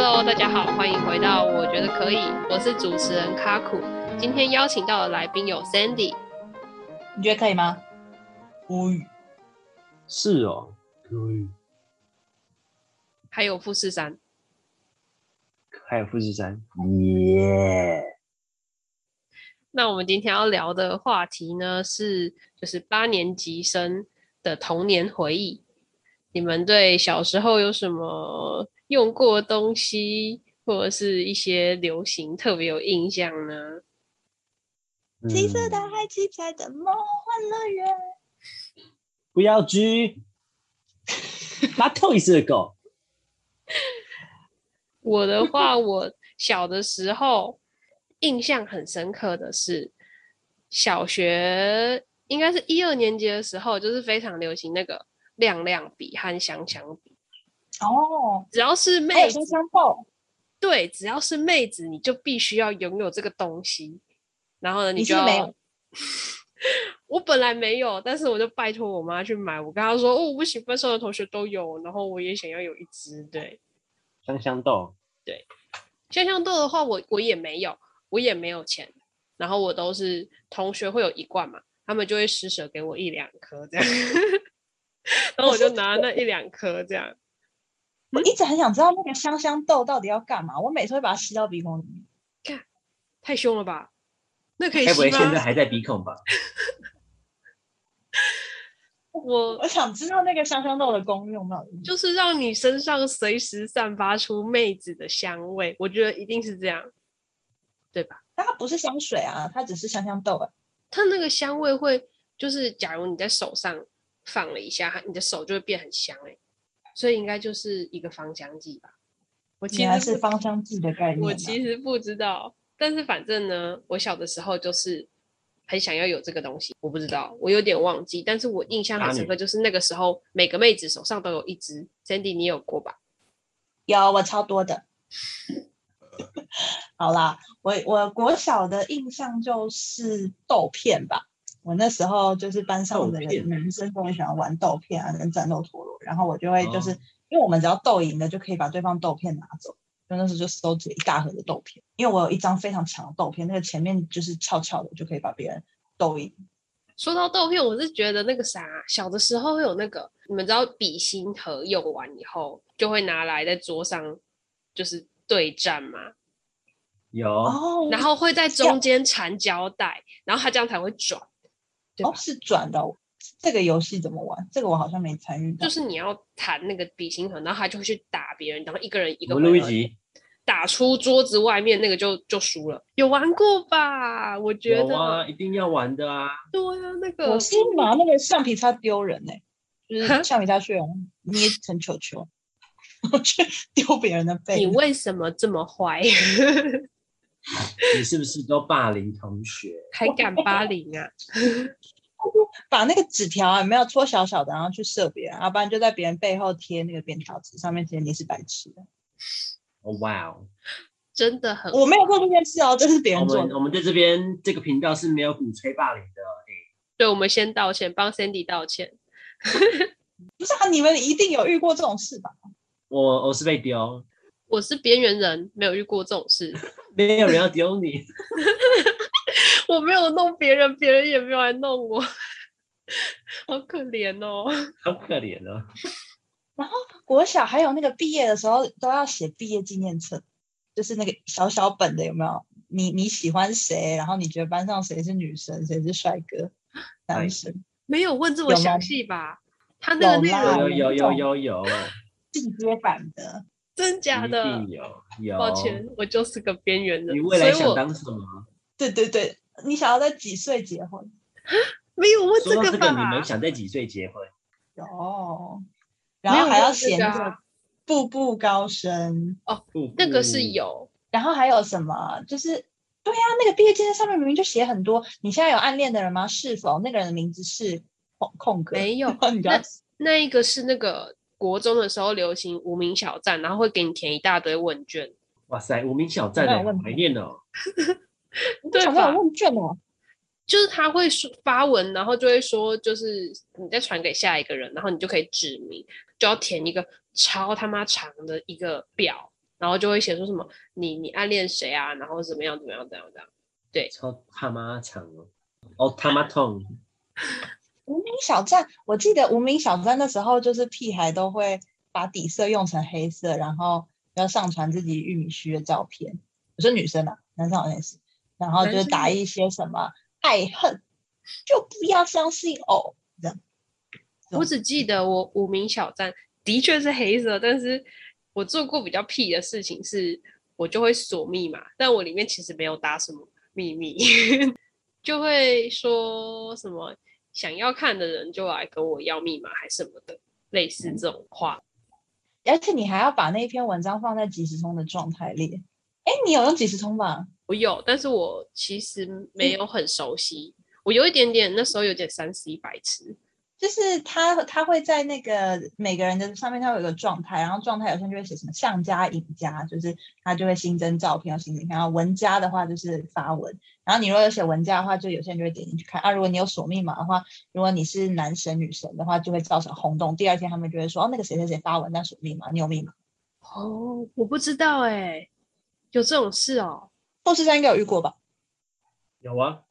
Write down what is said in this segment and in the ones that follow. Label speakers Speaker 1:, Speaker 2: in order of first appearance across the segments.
Speaker 1: 欢迎回到我觉得可以，我是主持人卡库。今天邀请到的来宾有 Sandy，
Speaker 2: 你觉得可以吗？
Speaker 3: 可以，
Speaker 4: 是哦，
Speaker 3: 可以，
Speaker 1: 还有富士山。
Speaker 4: 还有富士山，
Speaker 3: 耶、
Speaker 1: 那我们今天要聊的话题呢，是就是八年级生的童年回忆。你们对小时候有什么用过的东西，或者是一些流行特别有印象呢？
Speaker 2: 金色的
Speaker 4: 嗯
Speaker 2: 海，七彩的梦幻乐园。
Speaker 4: 不要狙，那 Toys 的狗，
Speaker 1: 我的话，我小的时候印象很深刻的是，小学应该是一二年级的时候，就是非常流行那个亮亮笔和香香笔，
Speaker 2: 哦，
Speaker 1: 只要是
Speaker 2: 还有
Speaker 1: 妹子
Speaker 2: 香香豆，
Speaker 1: 对，只要是妹子，你就必须要拥有这个东西。然后呢，
Speaker 2: 你
Speaker 1: 就是
Speaker 2: 不是没
Speaker 1: 要
Speaker 2: 有
Speaker 1: 我本来没有，但是我就拜托我妈去买。我跟她说，哦，我不行，班上的同学都有，然后我也想要有一只。对，
Speaker 4: 香香豆，
Speaker 1: 香香豆的话，我我也没有，我也没有钱。然后我都是同学会有一罐嘛，他们就会施舍给我一两颗这样， 然后我就拿那一两颗这样。
Speaker 2: 我一直很想知道那个香香豆到底要干嘛。我每次会把它吸到鼻孔里面。
Speaker 1: 太凶了吧？那可以
Speaker 4: 该不会
Speaker 1: 吸
Speaker 4: 现在
Speaker 1: 吗？
Speaker 4: 还在鼻孔吧？
Speaker 1: 我
Speaker 2: 我想知道那个香香豆的功用到底。
Speaker 1: 就是让你身上随时散发出妹子的香味，我觉得一定是这样，对吧？
Speaker 2: 但它不是香水啊，它只是香香豆、啊。
Speaker 1: 它那个香味会，就是假如你在手上放了一下，你的手就会变很香哎、所以应该就是一个芳香剂吧。我其
Speaker 2: 原来
Speaker 1: 实
Speaker 2: 是
Speaker 1: 不
Speaker 2: 芳香剂的概念、啊。
Speaker 1: 我其实不知道，但是反正呢，我小的时候就是很想要有这个东西，我不知道，我有点忘记，但是我印象很深刻，就是那个时候每个妹子手上都有一只。Sandy，你有过吧？
Speaker 2: 有，我超多的。好啦，我我国小的印象就是豆片吧。我那时候就是班上
Speaker 4: 豆
Speaker 2: 的人
Speaker 4: 片
Speaker 2: 男生都很喜欢玩豆片啊，跟战斗陀螺。然后我就会就是、
Speaker 4: 哦
Speaker 2: 因为我们只要斗赢了，就可以把对方豆片拿走。就那时候就收集一大盒的豆片，因为我有一张非常长的豆片，那个前面就是翘翘的，就可以把别人斗赢。
Speaker 1: 说到豆片，我是觉得那个啥，小的时候会有那个，你们知道笔芯盒用完以后，就会拿来在桌上就是对战嘛，
Speaker 4: 有，
Speaker 2: 哦，
Speaker 1: 然后会在中间缠胶带，然后它这样才会转，对吧
Speaker 2: 哦是转的哦，这个游戏怎么玩？这个我好像没参与到。
Speaker 1: 就是你要弹那个笔芯盒，然后它就会去打别人，然后一个人一
Speaker 4: 我
Speaker 1: 个
Speaker 4: 们录一
Speaker 1: 回合
Speaker 4: 集，
Speaker 1: 打出桌子外面那个就就输了，有玩过吧？我觉
Speaker 4: 有
Speaker 1: 得、
Speaker 4: 啊，一定要玩的啊，
Speaker 1: 对啊，那个
Speaker 2: 我是拿那个橡皮擦丢人呢、就
Speaker 1: 哈
Speaker 2: 是橡皮擦去捏成球球， 我去丢别人的
Speaker 1: 你
Speaker 2: 背。
Speaker 1: 为什么这么坏，
Speaker 4: 你是不是都霸凌同学？
Speaker 1: 还敢霸凌啊？
Speaker 2: 把那个纸条啊，有没有搓小小的，然后去射别人，啊要不然就在别人背后贴那个便条纸，上面写你是白痴的。
Speaker 4: 哦哇哦，
Speaker 1: 真的很
Speaker 2: 我没有做这件事哦，这是别
Speaker 4: 我
Speaker 2: 人做
Speaker 4: 们
Speaker 2: 的。
Speaker 4: 我们在这边这个频道是没有鼓吹霸凌的哦，哎，
Speaker 1: 对，我们先道歉，帮 Sandy 道歉。
Speaker 2: 不是啊，你们一定有遇过这种事吧？
Speaker 4: 我我是被丢，
Speaker 1: 我是边缘人，没有遇过这种事，
Speaker 4: 没有人要丢你，
Speaker 1: 我没有弄别人，别人也没有来弄我， 好可怜哦。
Speaker 4: 好可怜 哦。
Speaker 2: 国小还有那个毕业的时候都要写毕业纪念册，就是那个小小本的，有没有？你你喜欢谁？然后你觉得班上谁是女神，谁是帅哥、
Speaker 4: 哎
Speaker 2: 男神？
Speaker 1: 没有问这么
Speaker 2: 有吗
Speaker 1: 详细吧？他那个内
Speaker 2: 有啦
Speaker 1: 容
Speaker 4: 有有有有有有，
Speaker 2: 进阶版的，
Speaker 1: 真假
Speaker 4: 一
Speaker 1: 的
Speaker 4: 定？有有。
Speaker 1: 抱歉，，我就是个边缘人，
Speaker 4: 你未来
Speaker 1: 所以
Speaker 4: 想
Speaker 1: 我
Speaker 4: 当什么？
Speaker 2: 对对对，你想要在几岁结婚？
Speaker 1: 没有问
Speaker 4: 说到这
Speaker 1: 吧？
Speaker 4: 个，你们想在几岁结婚？
Speaker 2: 有，哦然
Speaker 1: 没
Speaker 2: 后
Speaker 1: 有
Speaker 2: 还要
Speaker 1: 问这
Speaker 2: 写
Speaker 1: 个
Speaker 2: 那个
Speaker 1: 啊
Speaker 2: 步步高升，
Speaker 4: 不
Speaker 1: 那个是
Speaker 4: 不
Speaker 1: 有，
Speaker 2: 然后还有什么？就是对呀、那个毕业纪念上面明明就写很多，你现在有暗恋的人吗？是否那个人的名字是空空格？
Speaker 1: 没有
Speaker 2: 然后你就要
Speaker 1: 那那一个是那个国中的时候流行无名小站，然后会给你填一大堆问卷，
Speaker 4: 哇塞，无名小站
Speaker 2: 那
Speaker 4: 哎、
Speaker 2: 有问
Speaker 4: 好
Speaker 2: 题
Speaker 4: 怀念哦。
Speaker 1: 对
Speaker 2: 想
Speaker 1: 吧
Speaker 2: 问问卷哦，
Speaker 1: 就是他会说发文，然后就会说，就是你再传给下一个人，然后你就可以指明，就要填一个超他妈长的一个表，然后就会写出什么你你暗恋谁啊，然后怎么样怎么样怎么样怎么样。
Speaker 4: 超他妈长哦，哦他妈痛，
Speaker 2: 无名小站，我记得无名小站那时候就是屁孩都会把底色用成黑色，然后要上传自己玉米须的照片。我说女生啊，男生好像也是，然后就
Speaker 1: 男
Speaker 2: 是
Speaker 1: 生
Speaker 2: 打一些什么爱恨，就不要相信偶这样。
Speaker 1: 我
Speaker 2: 懂
Speaker 1: 只记得我无名小站的确是黑色，但是我做过比较屁的事情是，我就会锁密码，但我里面其实没有打什么秘密， 就会说什么想要看的人就来跟我要密码还什么的，类似这种话。
Speaker 2: 而且你还要把那篇文章放在即时通的状态里。哎，你有用即时通吧？
Speaker 1: 我有，但是我其实没有很熟悉，我有一点点那时候有点三 C 白痴，
Speaker 2: 就是他他会在那个每个人的上面，他会有一个状态，然后状态有时候就会写什么相加、影加，就是他就会新增照片要新增，然后文加的话就是发文，然后你如果有写文加的话，就有些人就会点进去看啊。如果你有锁密码的话，如果你是男神女神的话，就会造成轰动。第二天他们就会说哦，那个谁谁谁发文但锁密码，你有密码。
Speaker 1: 哦，我不知道哎、有这种事哦，
Speaker 2: 后世上应该有遇过吧？
Speaker 4: 有啊，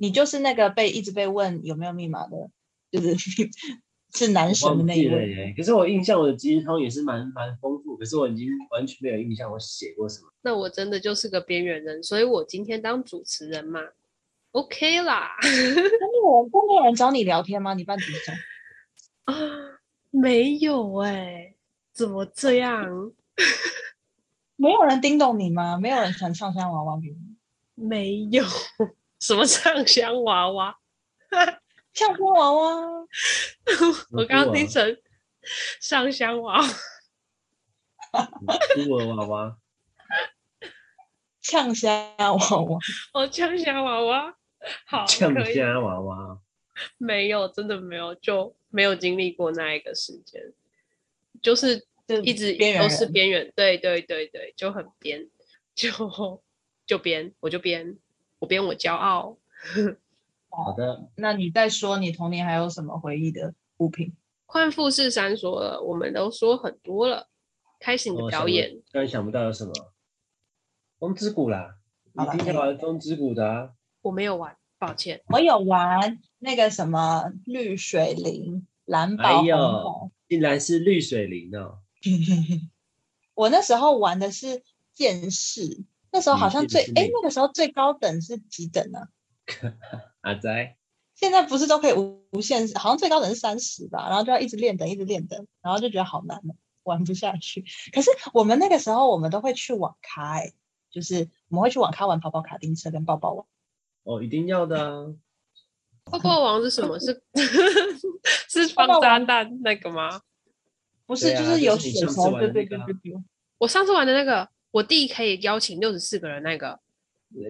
Speaker 2: 你就是那个被一直被问有没有密码的，就是 是男
Speaker 4: 我
Speaker 2: 神的
Speaker 4: 忘
Speaker 2: 那
Speaker 4: 记
Speaker 2: 一
Speaker 4: 了
Speaker 2: 位。
Speaker 4: 耶。可是我印象我的即时通也是蛮蛮丰富，可是我已经完全没有印象我写过什么。
Speaker 1: 那我真的就是个边缘人，所以我今天当主持人嘛，OK 啦
Speaker 2: 那没有人，都没有人找你聊天吗？你办即时
Speaker 1: 啊，
Speaker 2: 通？
Speaker 1: 没有哎、怎么这样？
Speaker 2: 没有人叮咚你吗？没有人传上山娃娃给你？
Speaker 1: 没有 什么上香娃娃，
Speaker 2: 像风娃娃，
Speaker 1: 我刚刚听
Speaker 4: 哭啊
Speaker 1: 成上香娃娃，
Speaker 4: 孤儿娃 娃，
Speaker 2: 呛虾娃娃，
Speaker 1: 哦，呛香娃娃，好，
Speaker 4: 呛
Speaker 1: 可以，
Speaker 4: 虾娃娃，
Speaker 1: 没有，真的没有，就没有经历过那一个时间，就是
Speaker 2: 就是
Speaker 1: 一直
Speaker 2: 嗯边缘
Speaker 1: 都是
Speaker 2: 人
Speaker 1: 边缘，对对对对，就很边，就就边，我就边，我边我骄傲。
Speaker 4: 好的，
Speaker 2: 那你再说你童年还有什么回忆的物品？
Speaker 1: 换富士山说了，我们都说很多了，开始你
Speaker 2: 哦
Speaker 1: 的
Speaker 4: 我
Speaker 1: 表
Speaker 4: 哦想不
Speaker 1: 演。，
Speaker 4: 突然想不到有什么，风之谷啦，
Speaker 2: 好啦哎
Speaker 4: 你听到玩风之谷的啊，
Speaker 1: 我没有玩，抱 歉。
Speaker 2: 我有玩那个什么绿水灵、蓝宝、
Speaker 4: 哎
Speaker 2: 红
Speaker 4: 呦
Speaker 2: 宝。
Speaker 4: 竟然是绿水灵哦，
Speaker 2: 我那时候玩的是剑士，那时候好
Speaker 4: 嗯
Speaker 2: 像
Speaker 4: 剑
Speaker 2: 最
Speaker 4: 士
Speaker 2: 哎
Speaker 4: 类，
Speaker 2: 那个时候最高等是几等啊？
Speaker 4: 阿仔，
Speaker 2: 现在不是都可以无无限，好像最高等是三十吧，然后就要一直练等，一直练等，然后就觉得好难哦，玩不下去。可是我们那个时候，我们都会去网咖、欸，就是我们会去网咖玩跑跑卡丁车跟抱抱网。
Speaker 4: 哦，一定要的啊，
Speaker 1: 泡泡王是什么？是 是
Speaker 2: 泡泡
Speaker 1: 放炸
Speaker 2: 王
Speaker 1: 弹那个吗？
Speaker 2: 不是，
Speaker 4: 对啊
Speaker 2: 是有
Speaker 4: 就是
Speaker 2: 水
Speaker 4: 你上次
Speaker 2: 球，
Speaker 4: 玩
Speaker 2: 对对
Speaker 4: 的那
Speaker 2: 对
Speaker 4: 个啊
Speaker 2: 对对。
Speaker 1: 我上次玩的那个，我弟可以邀请六十四个人那个。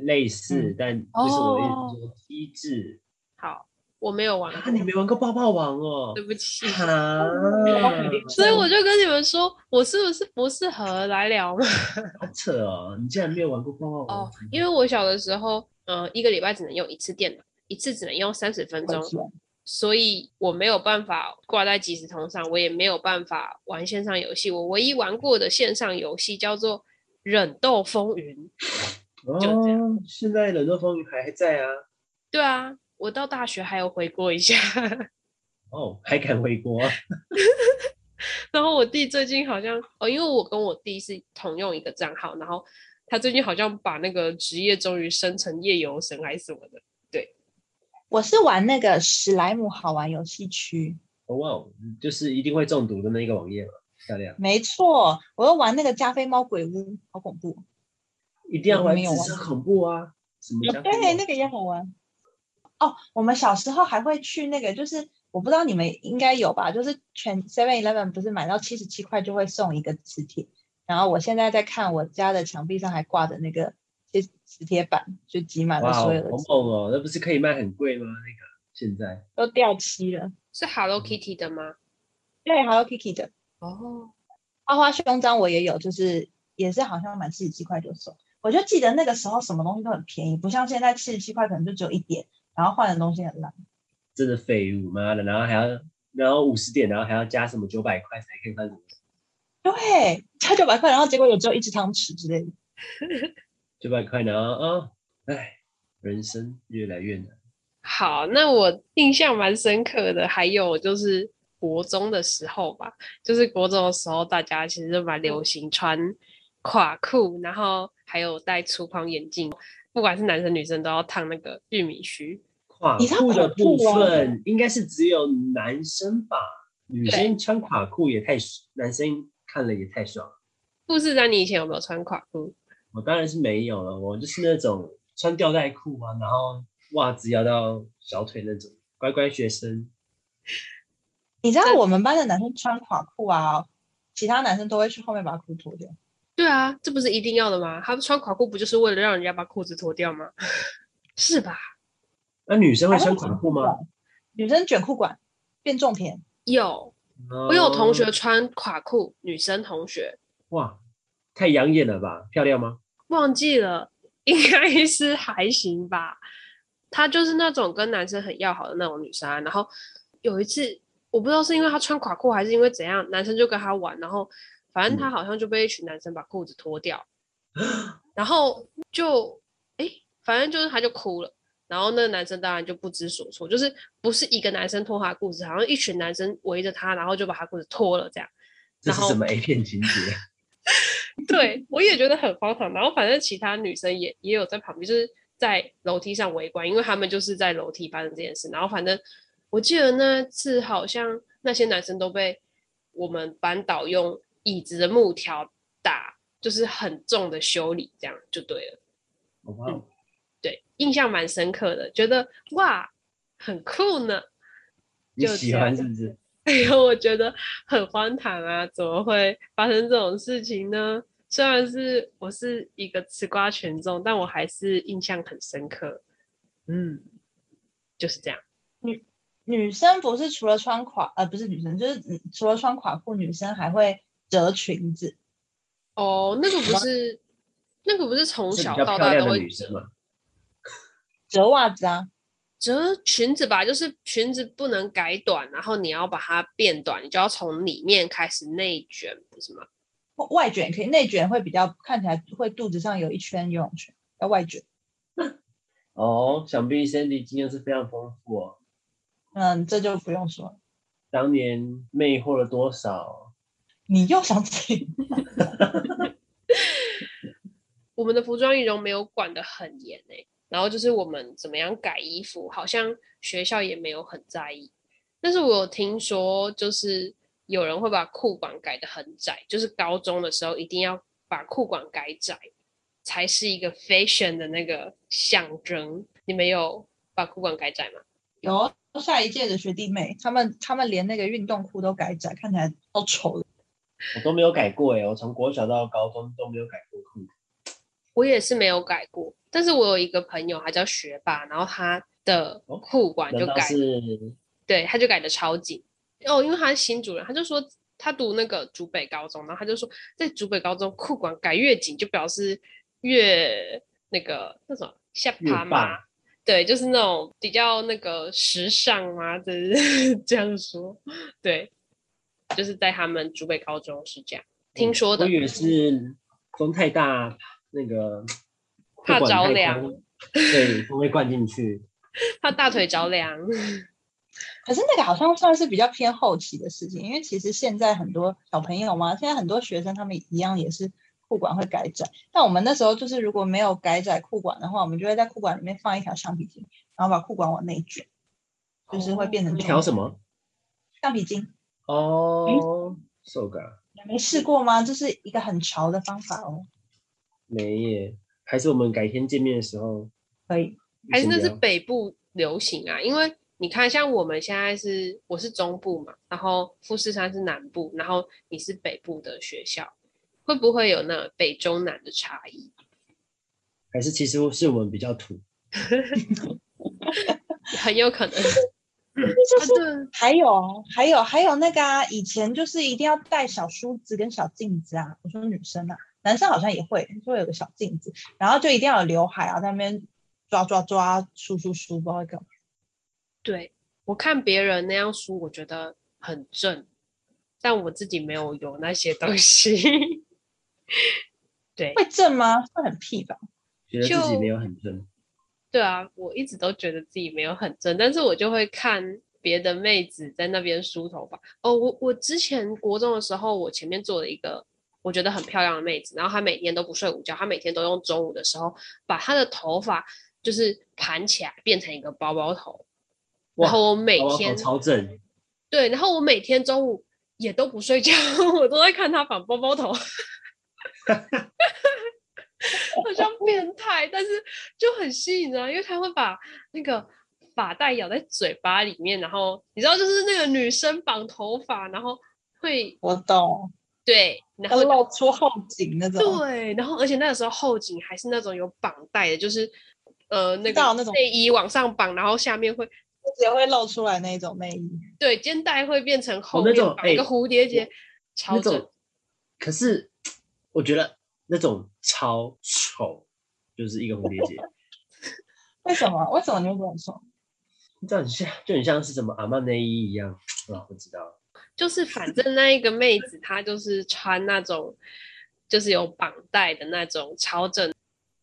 Speaker 4: 类似
Speaker 2: 嗯，
Speaker 4: 但不是我的
Speaker 1: 哦
Speaker 4: 意思说机制
Speaker 1: 好，我没有玩
Speaker 4: 啊，
Speaker 1: 过，
Speaker 4: 你没玩过泡泡王哦
Speaker 1: 对，不起。
Speaker 4: 啊，
Speaker 1: 所以
Speaker 2: 哦
Speaker 1: 我就跟你们说，我是不是不适合来聊 嘛？
Speaker 4: 好扯哦，你竟然没有玩过泡泡王
Speaker 1: 哦，因为我小的时候，呃，一个礼拜只能用一次电脑，一次只能用三十分钟，
Speaker 2: 啊
Speaker 1: 所以我没有办法挂在即时通上，我也没有办法玩线上游戏。我唯一玩过的线上游戏叫做《忍斗风云》。就这
Speaker 4: 哦，现在冷热风云还在啊，
Speaker 1: 对啊，我到大学还有回过一下。
Speaker 4: 哦，还敢回国 啊，
Speaker 1: 然后我弟最近好像哦，因为我跟我弟是同用一个账号，然后他最近好像把那个职业终于升成夜游神还是什么的。
Speaker 2: 我是玩那个史莱姆好玩游戏区，
Speaker 4: 哦哇哦，就是一定会中毒的那一个网页嘛，漂亮，
Speaker 2: 没错，我又玩那个加菲猫鬼屋，好恐怖。
Speaker 4: 一定要
Speaker 2: 我
Speaker 4: 玩
Speaker 2: 没有
Speaker 4: 紫
Speaker 2: 玩
Speaker 4: 色恐怖啊，什么加菲猫？
Speaker 2: 对，那个也好玩。哦，我们小时候还会去那个，就是我不知道你们应该有吧，就是全 Seven Eleven 不是买到七十七块就会送一个磁铁，然后我现在在看我家的墙壁上还挂着那个贴磁铁板，就挤满了
Speaker 4: 哇
Speaker 2: 所有
Speaker 4: 哦，
Speaker 2: 的
Speaker 4: 好
Speaker 2: 磁
Speaker 4: 猛哦，那不是可以卖很贵吗？那个现在
Speaker 2: 都掉漆了。
Speaker 1: 是 Hello Kitty 的吗？
Speaker 2: 对，Hello Kitty 的
Speaker 1: 哦，
Speaker 2: 花花胸章我也有，就是也是好像满七十七块就送。我就记得那个时候什么东西都很便宜，不像现在七十七块可能就只有一点，然后换的东西很烂。
Speaker 4: 真的废物，妈的，然后还要然后五十点，然后还要加什么九百块才可以换什么
Speaker 2: 对，加九百块，然后结果也只有一只汤匙之类的。
Speaker 4: 九百块拿啊！哎，人生越来越难。
Speaker 1: 好，那我印象蛮深刻的，还有就是国中的时候吧，就是国中的时候，大家其实都蛮流行穿垮裤，然后还有戴粗框眼镜，不管是男生女生都要烫那个玉米须。
Speaker 4: 垮
Speaker 2: 你知道
Speaker 4: 裤的
Speaker 2: 垮
Speaker 4: 部
Speaker 2: 裤啊
Speaker 4: 分应该是只有男生吧，女生穿垮裤也太，男生看了也太爽。
Speaker 1: 富士山，你以前有没有穿垮裤？
Speaker 4: 我当然是没有了，我就是那种穿吊带裤啊，然后袜子压到小腿那种乖乖学生。
Speaker 2: 你知道
Speaker 1: 那
Speaker 2: 我们班的男生穿垮裤啊，其他男生都会去后面把裤脱掉。
Speaker 1: 对啊，这不是一定要的吗？他穿垮裤不就是为了让人家把裤子脱掉吗？ 是吧？
Speaker 4: 那女生会
Speaker 1: 哎
Speaker 2: 还会
Speaker 4: 穿
Speaker 2: 卷
Speaker 4: 垮裤
Speaker 2: 裤
Speaker 4: 吗？
Speaker 2: 管？女生卷裤管变重点，
Speaker 1: 有，
Speaker 4: 我
Speaker 1: 我有同学穿垮裤，女生同学
Speaker 4: 哇，太养眼了吧？漂亮吗？
Speaker 1: 忘记了，应该是还行吧。她就是那种跟男生很要好的那种女生啊、然后有一次，我不知道是因为她穿垮裤还是因为怎样，男生就跟她玩，然后反正她好像就被一群男生把裤子脱掉，然后就哎，反正就是她就哭了。然后那个男生当然就不知所措，就是不是一个男生脱她的裤子，好像一群男生围着她，然后就把她裤子脱了这样。
Speaker 4: 这
Speaker 1: 然
Speaker 4: 是
Speaker 1: 后
Speaker 4: 什么 A 片情节？
Speaker 1: 对，我也觉得很荒唐。然后反正其他女生也也有在旁边，就是在楼梯上围观，因为他们就是在楼梯发生这件事。然后反正我记得那次好像那些男生都被我们班导用椅子的木条打，就是很重的修理，这样就对了。
Speaker 4: 好不
Speaker 1: 嗯
Speaker 4: 好？
Speaker 1: 对，印象蛮深刻的，觉得哇，很酷呢。
Speaker 4: 你
Speaker 1: 就
Speaker 4: 喜
Speaker 1: 这样
Speaker 4: 欢是不是？
Speaker 1: 哎呦，我觉得很荒唐啊！怎么会发生这种事情呢？虽然是我是一个吃瓜群众，但我还是印象很深刻。嗯，就是这样。
Speaker 2: 女生不是除了穿垮呃不是女生，就是嗯除了穿垮裤，女生还会折裙子。
Speaker 1: 哦，那个不是，那个不是从
Speaker 4: 是
Speaker 1: 小
Speaker 4: 比较
Speaker 1: 到
Speaker 4: 漂
Speaker 1: 大
Speaker 4: 亮
Speaker 1: 都
Speaker 4: 的
Speaker 1: 会
Speaker 4: 女生
Speaker 1: 折
Speaker 4: 嘛？
Speaker 2: 折袜子啊，
Speaker 1: 折裙子吧？就是裙子不能改短，然后你要把它变短，你就要从里面开始内卷，不是吗？
Speaker 2: 或外卷也可以，内卷会比较看起来会肚子上有一圈游泳圈，要外卷。
Speaker 4: 哦，想必 Sandy 经验是非常丰富哦。
Speaker 2: 嗯，这就不用说了。
Speaker 4: 当年魅惑了多少？
Speaker 2: 你又想起
Speaker 1: 我们的服装仪容没有管得很严诶、然后就是我们怎么样改衣服，好像学校也没有很在意。但是我有听说，就是有人会把裤管改得很窄，就是高中的时候一定要把裤管改窄，才是一个 fashion 的那个象征。你们有把裤管改窄吗？
Speaker 2: 有下一届的学弟妹，他们他们连那个运动裤都改窄，看起来好丑的。
Speaker 4: 我都没有改过欸耶，我从国小到高中都没有改过裤。
Speaker 1: 我也是没有改过，但是我有一个朋友，他叫学霸，然后他的
Speaker 4: 哦
Speaker 1: 裤管
Speaker 4: 难
Speaker 1: 就
Speaker 4: 道
Speaker 1: 改
Speaker 4: 是
Speaker 1: 对，他就改的超紧哦，因为他是新主人，他就说他读那个竹北高中，然后他就说在竹北高中裤管改越紧，就表示越那个那什么下
Speaker 4: 越
Speaker 1: 趴嘛
Speaker 4: 棒，
Speaker 1: 对，就是那种比较那个时尚嘛，就是 这样说，对，就是在他们竹北高中是这样听说的
Speaker 4: 嗯我以，为是风太大，那个
Speaker 1: 怕
Speaker 4: 裤管
Speaker 1: 着
Speaker 4: 太
Speaker 1: 凉
Speaker 4: 宽，对，风会灌进去。
Speaker 1: 他大腿着凉，
Speaker 2: 可是那个好像算是比较偏后期的事情，因为其实现在很多小朋友嘛，现在很多学生他们一样也是裤管会改窄，但我们那时候就是如果没有改窄裤管的话，我们就会在裤管里面放一条橡皮筋，然后把裤管往内卷，就是会变成
Speaker 4: 哦一
Speaker 2: 这
Speaker 4: 条
Speaker 2: 种
Speaker 4: 什么？
Speaker 2: 橡皮筋。
Speaker 4: 哦，瘦感
Speaker 2: 你没试过吗？这是一个很潮的方法哦，
Speaker 4: 没耶，还是我们改天见面的时候
Speaker 2: 可以。
Speaker 1: 还是
Speaker 4: 先
Speaker 1: 那是
Speaker 4: 聊
Speaker 1: 北部流行啊，因为你看，像我们现在是我是中部嘛，然后富士山是南部，然后你是北部的学校，会不会有那北中南的差异？
Speaker 4: 还是其实是我们比较土，
Speaker 1: 很有可能。
Speaker 2: 就是
Speaker 1: 啊、
Speaker 2: 还有还有还有那个啊，以前就是一定要带小梳子跟小镜子啊。我说女生啊，男生好像也会，就会有个小镜子，然后就一定要有刘海啊，在那边抓抓抓、梳梳梳，不知道干嘛。
Speaker 1: 对，对我看别人那样梳，我觉得很正，但我自己没有有那些东西。 对
Speaker 2: 会正吗？会很屁吧？
Speaker 4: 觉得自己
Speaker 1: 就
Speaker 4: 没有很正，
Speaker 1: 对啊，我一直都觉得自己没有很正，但是我就会看别的妹子在那边梳头发。哦，我我之前国中的时候，我前面坐了一个我觉得很漂亮的妹子，然后她每天都不睡午觉，她每天都用中午的时候把她的头发就是盘起来变成一个包包头，
Speaker 4: 哇
Speaker 1: 然后我每
Speaker 4: 包包头
Speaker 1: 天
Speaker 4: 超正，
Speaker 1: 对，然后我每天中午也都不睡觉， 我都在看他绑包 包头，好像变态，但是就很吸引人啊，因为他会把那个发带咬在嘴巴里面，然后你知道，就是那个女生绑头发，然后会
Speaker 2: 我懂，
Speaker 1: 对，然
Speaker 2: 要
Speaker 1: 后
Speaker 2: 露出后颈那种。
Speaker 1: 对，然后而且那个时候后颈还是那种有绑带的，就是呃那
Speaker 2: 知道
Speaker 1: 个
Speaker 2: 那种
Speaker 1: 内衣往上绑，然后下面会
Speaker 2: 也会露出来那一种内衣，
Speaker 1: 对肩带会变成后
Speaker 4: 那
Speaker 1: 面
Speaker 4: 种
Speaker 1: 绑一个
Speaker 4: 哎
Speaker 1: 蝴蝶结，超
Speaker 4: 那
Speaker 1: 正。
Speaker 4: 种，可是我觉得那种超丑，就是一个蝴蝶结，
Speaker 2: 为什么？为什么你会这么说？
Speaker 4: 这很像就很像是什么阿曼内衣一样啊，不知道。
Speaker 1: 就是反正那一个妹子，她就是穿那种就是有绑带的那种超正，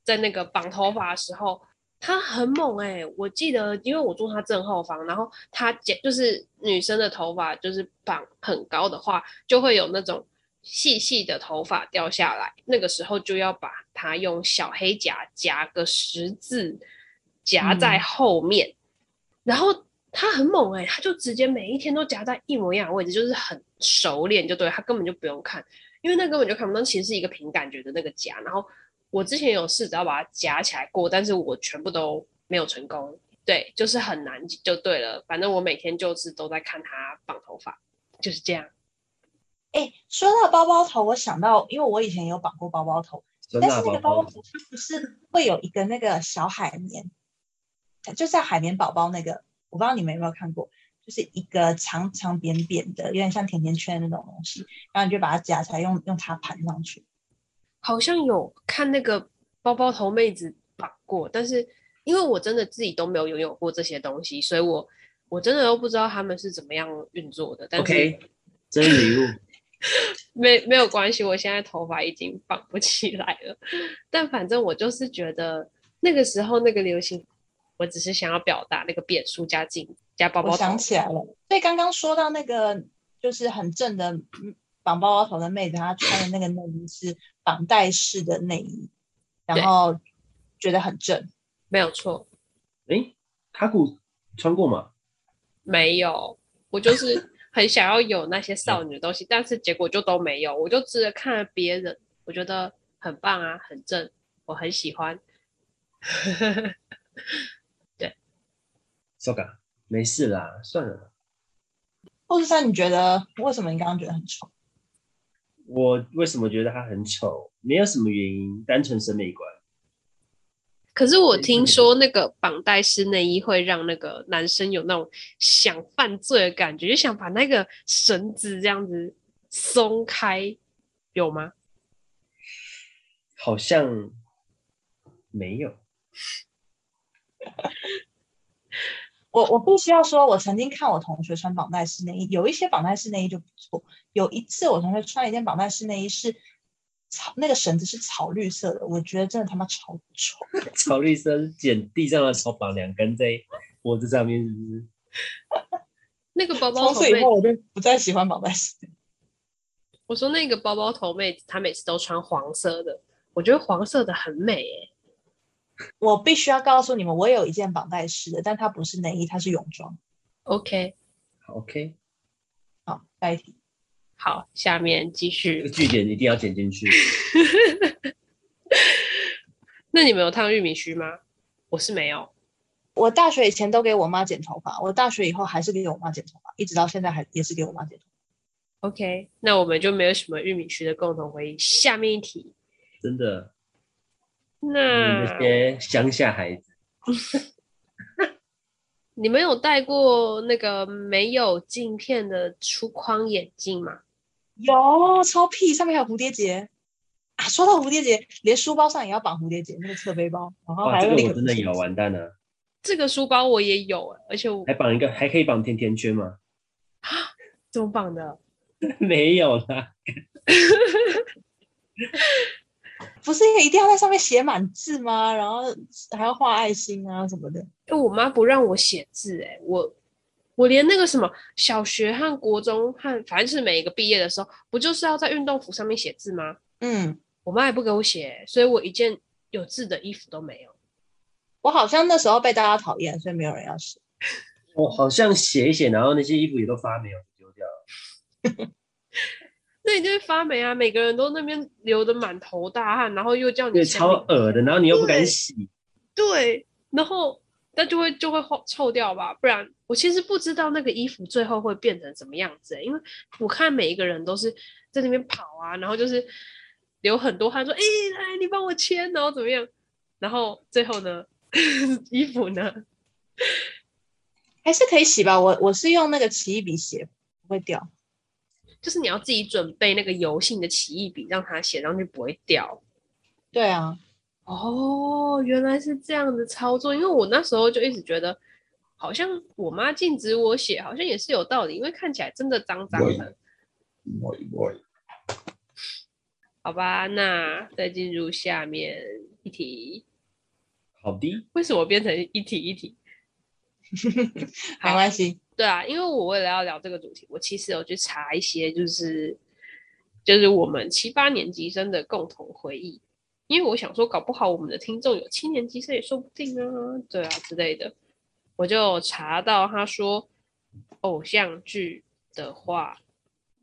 Speaker 1: 在那个绑头发的时候，她很猛哎、我记得，因为我坐她正后方，然后她剪就是女生的头发就是绑很高的话，就会有那种细细的头发掉下来，那个时候就要把它用小黑夹夹个十字，夹在后面。然后他很猛哎、他就直接每一天都夹在一模一样的位置，就是很熟练，就对他根本就不用看，因为那根本就看不到，其实是一个凭感觉的那个夹。然后我之前有试着要把它夹起来过，但是我全部都没有成功。对，就是很难就对了。反正我每天就是都在看他绑头发，就是这样。
Speaker 2: 哎，说到包包头，我想到，因为我以前有绑过包包头，
Speaker 4: 酸
Speaker 2: 但
Speaker 4: 辣
Speaker 2: 是那
Speaker 4: 包
Speaker 2: 个包
Speaker 4: 包
Speaker 2: 包头它不是会有一个那个小海绵，就像海绵宝宝那个，我不知道你们有没有看过，就是一个长长扁扁的，有点像甜甜圈的那种东西，然后你就把它夹起来，用用它盘上去。
Speaker 1: 好像有看那个包包头妹子绑过，但是因为我真的自己都没有拥有过这些东西，所以我我真的都不知道他们是怎么样运作的。但是
Speaker 4: ，OK，真礼物，
Speaker 1: 没没有关系，我现在头发已经绑不起来了。但反正我就是觉得那个时候那个流行，我只是想要表达那个扁梳加镜加包包
Speaker 2: 我
Speaker 1: 头
Speaker 2: 想起来了，所以刚刚说到那个就是很正的嗯绑包包头的妹子，她穿的那个内衣是绑带式的内衣，然
Speaker 1: 对
Speaker 2: 后觉得很正。
Speaker 1: 没有错，
Speaker 4: 诶，卡古穿过吗？
Speaker 1: 没有，我就是很想要有那些少女的东西，但是结果就都没有，我就只看了别人，我觉得很棒啊，很正，我很喜欢。
Speaker 4: s o g a 没事啦，算了啦。
Speaker 2: 或是三，你觉得为什么你刚刚觉得很丑？
Speaker 4: 我为什么觉得他很丑？没有什么原因，单纯审美观。
Speaker 1: 可是我
Speaker 4: 对
Speaker 1: 听
Speaker 4: 对
Speaker 1: 说那个绑带式内衣会让那个男生有那种想犯罪的感觉，就想把那个绳子这样子松开，有吗？
Speaker 4: 好像没有。
Speaker 2: 我我必须要说，我曾经看我同学穿绑带式内衣，有一些绑带式内衣就不错。有一次我同学穿了一件绑带式内衣是草，那个绳子是草绿色的，我觉得真的他妈超丑。
Speaker 4: 草绿色是捡地上的草，绑两根在脖子上面，是不是？
Speaker 1: 那个包包
Speaker 2: 从
Speaker 1: 头
Speaker 2: 此以
Speaker 1: 妹
Speaker 2: 后，我就不再喜欢绑带式内衣。
Speaker 1: 我说那个包包头妹子，她每次都穿黄色的，我觉得黄色的很美诶、
Speaker 2: 我必须要告诉你们，我有一件绑带式的，但它不是内衣，它是泳装。
Speaker 1: OK，
Speaker 4: 好 OK，
Speaker 2: 好，下一题。
Speaker 1: 好，下面继
Speaker 4: 这
Speaker 1: 续
Speaker 4: 个。据点一定要剪进去。
Speaker 1: 那你们有烫玉米须吗？我是没有。
Speaker 2: 我大学以前都给我妈剪头发，我大学以后还是给我妈剪头发，一直到现在还也是给我妈剪头
Speaker 1: OK，那我们就没有什么玉米须的共同回忆。下面一题，
Speaker 4: 真的，你们
Speaker 1: 那
Speaker 4: 这些乡下孩子，
Speaker 1: 你们有戴过那个没有镜片的粗框眼镜吗？
Speaker 2: 发。有超屁，上面还有蝴蝶结啊！说到蝴蝶结，连书包上也要绑蝴蝶结，那个侧背包，然后哦
Speaker 4: 哇，
Speaker 2: 还
Speaker 4: 这
Speaker 2: 有
Speaker 4: 个
Speaker 2: 那
Speaker 4: 我
Speaker 2: 个
Speaker 4: 真的有啊完蛋了，
Speaker 1: 这个书包我也有，而且我
Speaker 4: 还绑一个，还可以绑甜甜圈嘛？
Speaker 1: 怎么绑的？
Speaker 4: 没有啦，
Speaker 2: 不是一定要在上面写满字吗？然后还要画爱心啊什么的。
Speaker 1: 因为我妈不让我写字、欸，哎，我我连那个什么小学和国中和反正是每一个毕业的时候，不就是要在运动服上面写字吗？
Speaker 2: 嗯，
Speaker 1: 我妈也不给我写、欸所以我一件有字的衣服都没有。
Speaker 2: 我好像那时候被大家讨厌，所以没有人要写。
Speaker 4: 我好像写一写，然后那些衣服也都发霉了，丢掉了。
Speaker 1: 那你就是发霉啊！每个人都那边流的满头大汗，然后又叫你
Speaker 4: 对，
Speaker 1: 签
Speaker 4: 超
Speaker 1: 名
Speaker 4: 恶的，然后你又不敢
Speaker 1: 对
Speaker 4: 洗，
Speaker 1: 对，然后那就会就会臭臭掉吧，不然我其实不知道那个衣服最后会变成什么样子、欸因为我看每一个人都是在那边跑啊，然后就是流很多汗，说：“哎、来，你帮我签，然后怎么样？”然后最后呢， 衣服呢？
Speaker 2: 还是可以洗吧，我我是用那个奇异笔写，不会掉。
Speaker 1: 就是你要自己准备那个油性的奇异笔，让它写上去不会掉。
Speaker 2: 对啊，
Speaker 1: 哦，原来是这样的操作，因为我那时候就一直觉得，好像我妈禁止我写，好像也是有道理，因为看起来真的脏脏
Speaker 3: 喂
Speaker 1: 的。
Speaker 3: 喂喂，
Speaker 1: 好吧，那再进入下面一题，
Speaker 4: 好的，
Speaker 1: 为什么变成一题一题？
Speaker 2: 没关系。
Speaker 1: 对啊，因为我为了要聊这个主题，我其实有去查一些，就是就是我们七八年级生的共同回忆，因为我想说，搞不好我们的听众有七年级生也说不定啊，对啊之类的。我就查到他说，偶像剧的话，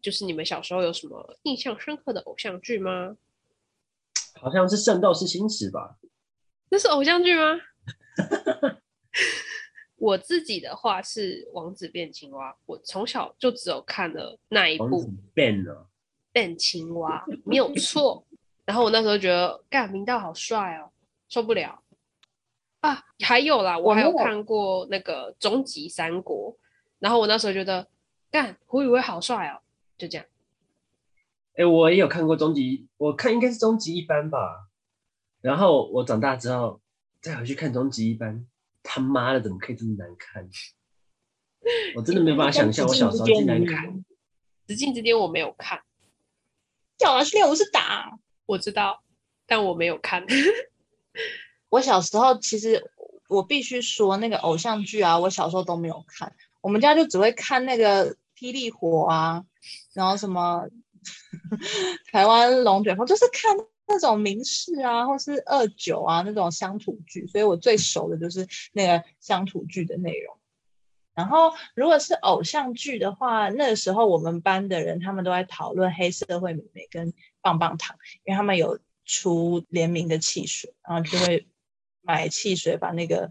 Speaker 1: 就是你们小时候有什么印象深刻的偶像剧吗？
Speaker 4: 好像是《圣斗士星矢》吧？
Speaker 1: 那是偶像剧吗？ 我自己的话是《王子变青蛙》，我从小就只有看了那一
Speaker 4: 王
Speaker 1: 部
Speaker 4: 子。变了，
Speaker 1: 变青蛙，没有错。然后我那时候觉得，干明道好帅哦，受不了啊！还有啦，我
Speaker 2: 我
Speaker 1: 还有
Speaker 2: 没有
Speaker 1: 看过那个《终极三国》，然后我那时候觉得，干胡宇威好帅哦，就这样。
Speaker 4: 哎、我也有看过终极，我看应该是终极一班吧。然后我长大之后再回去看终极一班，他妈的怎么可以这么难看？我真的没有办法想象我小时候竟 然看，
Speaker 1: 紫禁之巅我没有看，
Speaker 2: 叫老师练武是打。
Speaker 1: 我知道，但我没有看。
Speaker 2: 我小时候其实我必须说，那个偶像剧啊，我小时候都没有看，我们家就只会看那个《霹雳火》啊，然后什么 台湾龙卷风，就是看那种民视啊，或是二九啊那种乡土剧，所以我最熟的就是那个乡土剧的内容。然后，如果是偶像剧的话，那个时候我们班的人他们都在讨论黑社会美眉跟棒棒糖，因为他们有出联名的汽水，然后就会买汽水把那个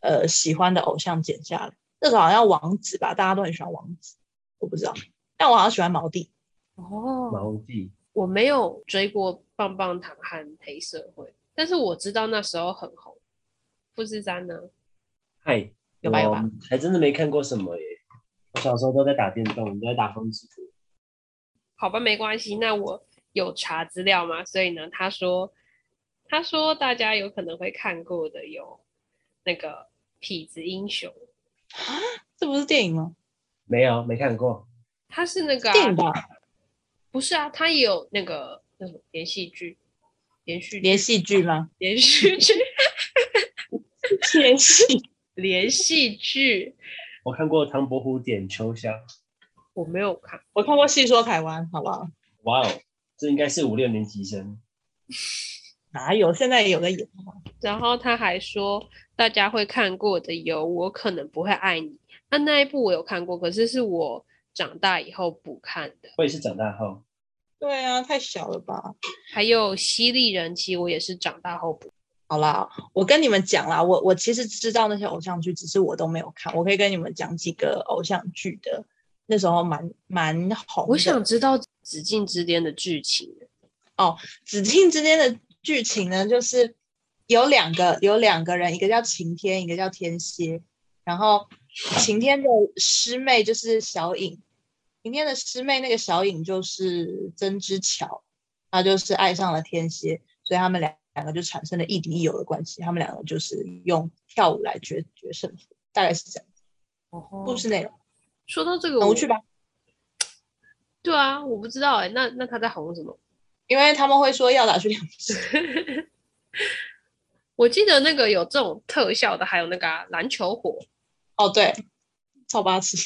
Speaker 2: 呃喜欢的偶像剪下来。那时候好像王子吧，大家都很喜欢王子，我不知道，但我好像喜欢毛弟。
Speaker 1: 哦，
Speaker 4: 毛弟
Speaker 1: 我没有追过棒棒糖和黑社会，但是我知道那时候很红。富士山呢？
Speaker 4: 嗨，
Speaker 2: 有吧有吧
Speaker 4: 我还真的没看过什么耶。我小时候都在打电动，都在打风之谷。
Speaker 1: 好吧，没关系。那我有查资料嘛，所以呢，他说，他说大家有可能会看过的有那个《痞子英雄》，
Speaker 2: 这不是电影吗？
Speaker 4: 没有，没看过。
Speaker 1: 他是那个、
Speaker 2: 电影
Speaker 1: 啊、
Speaker 2: 吧，
Speaker 1: 不是啊，他也有那个那什么连续剧，连续
Speaker 2: 连
Speaker 1: 剧
Speaker 2: 戏剧吗？
Speaker 1: 连续剧
Speaker 2: 连戏
Speaker 1: 连续剧，
Speaker 4: 我看过《唐伯虎点秋香》，
Speaker 1: 我没有看。
Speaker 2: 我看过《戏说台湾》，好不好？
Speaker 4: 哇哦，这应该是五六年级生。
Speaker 2: 哪有？现在也有在演。
Speaker 1: 然后他还说，大家会看过的有《我可能不会爱你》，那那一部我有看过，可是是我长大以后补看的。
Speaker 4: 我也是长大后，
Speaker 2: 对啊，太小了吧？
Speaker 1: 还有《犀利人妻》，我也是长大后补。
Speaker 2: 好啦，我跟你们讲啦，我我其实知道那些偶像剧，只是我都没有看。我可以跟你们讲几个偶像剧的，那时候蛮蛮红的。
Speaker 1: 我想知道《紫禁之巅》的剧情。
Speaker 2: 紫禁之间的剧情呢，就是有两个有两个人，一个叫晴天，一个叫天蝎。然后晴天的师妹就是小影，晴天的师妹那个小影就是曾之乔，她就是爱上了天蝎，所以他们两两个就产生了亦敌亦友的关系。他们两个就是用跳舞来决决胜负，大概是这样。
Speaker 1: 哦
Speaker 2: 故事内容，
Speaker 1: 说到这个，
Speaker 2: 很
Speaker 1: 我
Speaker 2: 无趣吧？
Speaker 1: 对啊，我不知道哎、那那他在红什么？
Speaker 2: 因为他们会说要打去两只。
Speaker 1: 我记得那个有这种特效的，还有那个啊、篮球火，
Speaker 2: 哦，对，超八尺。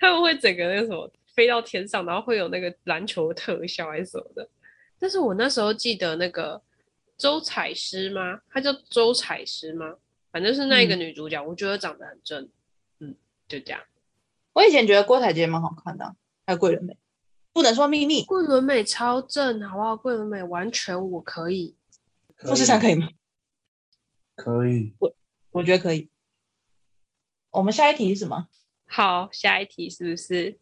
Speaker 1: 他们会整个那个什么飞到天上，然后会有那个篮球特效还是什么的。但是我那时候记得那个周采诗吗？她叫周采诗吗？反正是那一个
Speaker 2: 嗯
Speaker 1: 女主角，我觉得长得很正，嗯，就这样。
Speaker 2: 我以前觉得郭采洁蛮好看的啊，还有桂纶镁，不能说秘密，
Speaker 1: 桂纶镁超正，好不好？桂纶镁完全我可以，
Speaker 2: 富士山可以吗？
Speaker 4: 可以，
Speaker 2: 我觉得可以。我们下一题是什么？
Speaker 1: 好，下一题是不是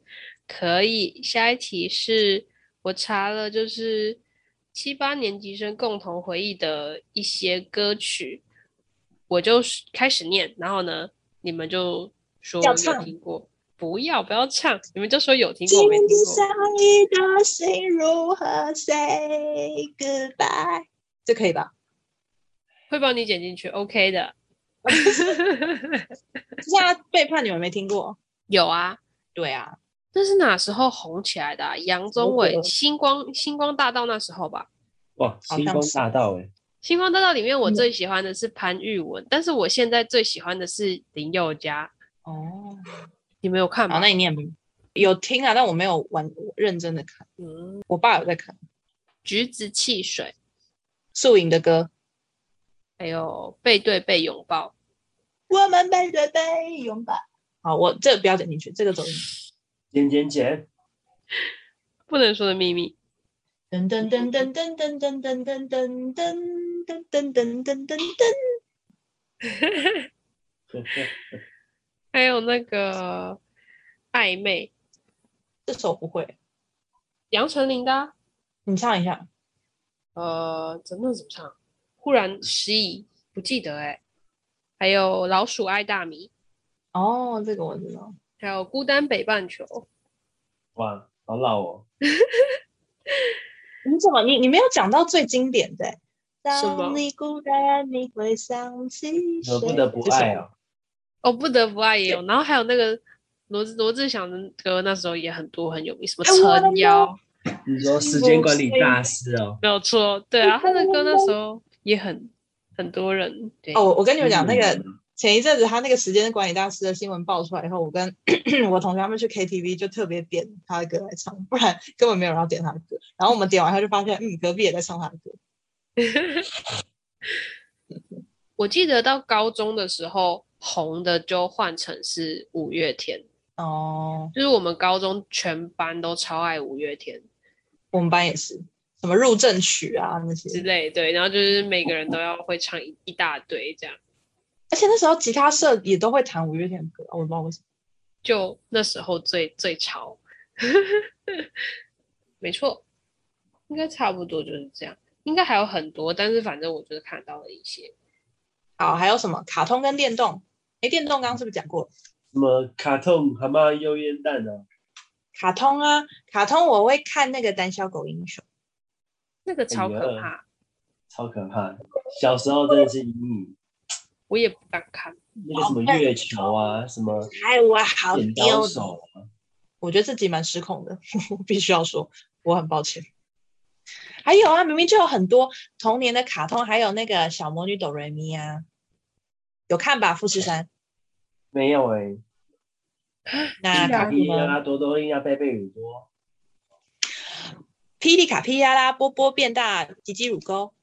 Speaker 1: 可以？下一题是我查了，就是七八年级生共同回忆的一些歌曲，我就是开始念，然后呢，你们就说
Speaker 2: 要
Speaker 1: 有
Speaker 2: 唱
Speaker 1: 听过，不要不要唱，你们就说有听过没听过。
Speaker 2: 一的心如何 say goodbye？这可以吧？
Speaker 1: 会帮你剪进去，OK 的。
Speaker 2: 就像他背叛你们没听过？
Speaker 1: 有啊，
Speaker 2: 对啊，
Speaker 1: 这是哪时候红起来的啊、杨宗
Speaker 2: 我觉
Speaker 1: 纬
Speaker 2: 得
Speaker 1: 星光星光大道那时候吧。
Speaker 4: 哇，
Speaker 2: 像
Speaker 4: 星光大道哎、
Speaker 1: 星光大道里面，我
Speaker 2: 嗯
Speaker 1: 最喜欢的是潘玉文，但是我现在最喜欢的是林宥嘉。
Speaker 2: 哦，
Speaker 1: 你们有看
Speaker 2: 好，
Speaker 1: 吗？
Speaker 2: 那你念吧。有听啊，但我没有完认真的看。
Speaker 1: 嗯，
Speaker 2: 我爸有在看
Speaker 1: 橘子汽水，
Speaker 2: 素影的歌。
Speaker 1: 还有背对背拥抱。
Speaker 2: 我们背对背拥抱。好，我这个不要点进去，这个走进去。
Speaker 4: 剪剪剪，
Speaker 1: 不能说的秘密，
Speaker 2: 噔噔噔噔噔噔噔噔噔噔噔噔噔噔噔噔噔。
Speaker 1: 还有那个暧昧，
Speaker 2: 这首不会，
Speaker 1: 杨丞琳的啊、
Speaker 2: 你唱一下。
Speaker 1: 呃，怎么怎么唱？忽然失忆，不记得哎、还有老鼠爱大米，
Speaker 2: 哦，这个我知道。
Speaker 1: 还有孤单北半球。
Speaker 4: 哇，好老哦，
Speaker 2: 你怎么你你没有讲到最经典的、欸？
Speaker 1: 什么
Speaker 2: 当你孤单，你会想起谁
Speaker 4: 舍？不得不爱啊，
Speaker 1: 哦，不得不爱也有，然后还有那个罗志罗志祥的歌，那时候也很多很有名，什么
Speaker 2: 哎我的
Speaker 1: 撑腰。
Speaker 4: 你说时间管理大师哦，
Speaker 1: 没有错，对啊，他的歌那时候也很很多人对
Speaker 2: 哦，我我跟你们讲，那个
Speaker 4: 嗯
Speaker 2: 前一阵子他那个时间管理大师的新闻爆出来以后，我跟我同学他们去 KTV 就特别点他的歌来唱，不然根本没有人要点他的歌。然后我们点完以后就发现，嗯，隔壁也在唱他的歌。
Speaker 1: 我记得到高中的时候红的就换成是五月天，
Speaker 2: 哦，
Speaker 1: 就是我们高中全班都超爱五月天
Speaker 2: 我们班也是，什么入阵曲啊那
Speaker 1: 之
Speaker 2: 些，
Speaker 1: 类，对，然后就是每个人都要会唱一一大堆这样，
Speaker 2: 而且那时候吉他社也都会弹五月天的歌，我不知道为什么。
Speaker 1: 就那时候最最潮， 没错，应该差不多就是这样，应该还有很多，但是反正我就是看到了一些。
Speaker 2: 好，还有什么卡通跟电动？哎，电动刚刚是不是讲过了？
Speaker 4: 什么卡通蛤蟆幽烟蛋啊，
Speaker 2: 卡通啊，卡通我会看那个《胆小狗英雄》，
Speaker 1: 那个超可
Speaker 4: 哎呀
Speaker 1: 怕，
Speaker 4: 超可怕的，小时候真的是阴影，
Speaker 1: 我也不敢看。
Speaker 4: 那个
Speaker 2: 哦
Speaker 4: 什么月球啊，什么
Speaker 2: 哎，我好
Speaker 4: 剪
Speaker 2: 丢
Speaker 4: 刀
Speaker 2: 脸
Speaker 4: 手啊，
Speaker 2: 我觉得自己蛮失控的， 我必须要说，我很抱歉。还有啊，明明就有很多童年的卡通，还有那个小魔女哆瑞咪啊，有看吧？富士山
Speaker 4: 没有哎，
Speaker 2: 那
Speaker 1: 是啊
Speaker 2: 卡
Speaker 4: 卡
Speaker 2: 什
Speaker 4: 比亚
Speaker 2: 么
Speaker 4: 拉多多利亚贝贝鲁多，
Speaker 2: 霹雳卡皮亚啦，波波变大，吉吉乳沟，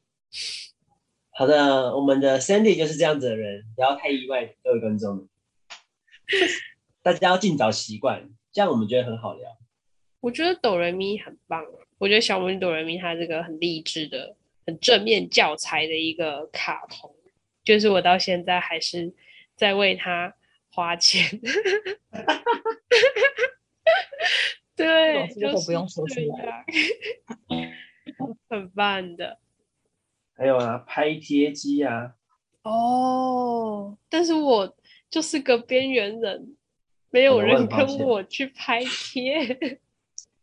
Speaker 4: 好的，我们的 Sandy 就是这样子的人，不要太意外各位观众， 大家要尽早习惯，这样我们觉得很好聊。
Speaker 1: 我觉得哆瑞咪很棒，啊我觉得小魔女哆瑞咪它这个很励志的、很正面教材的一个卡通，就是我到现在还是在为它花钱。对，
Speaker 2: 这种事
Speaker 1: 就
Speaker 2: 都不用说
Speaker 1: 是这
Speaker 2: 出来
Speaker 1: 样，很棒的
Speaker 4: 还有啊，拍贴机啊，
Speaker 1: 哦。但是我就是个边缘人，没有
Speaker 4: 我很
Speaker 1: 人
Speaker 4: 抱
Speaker 1: 跟
Speaker 4: 歉
Speaker 1: 我去拍贴。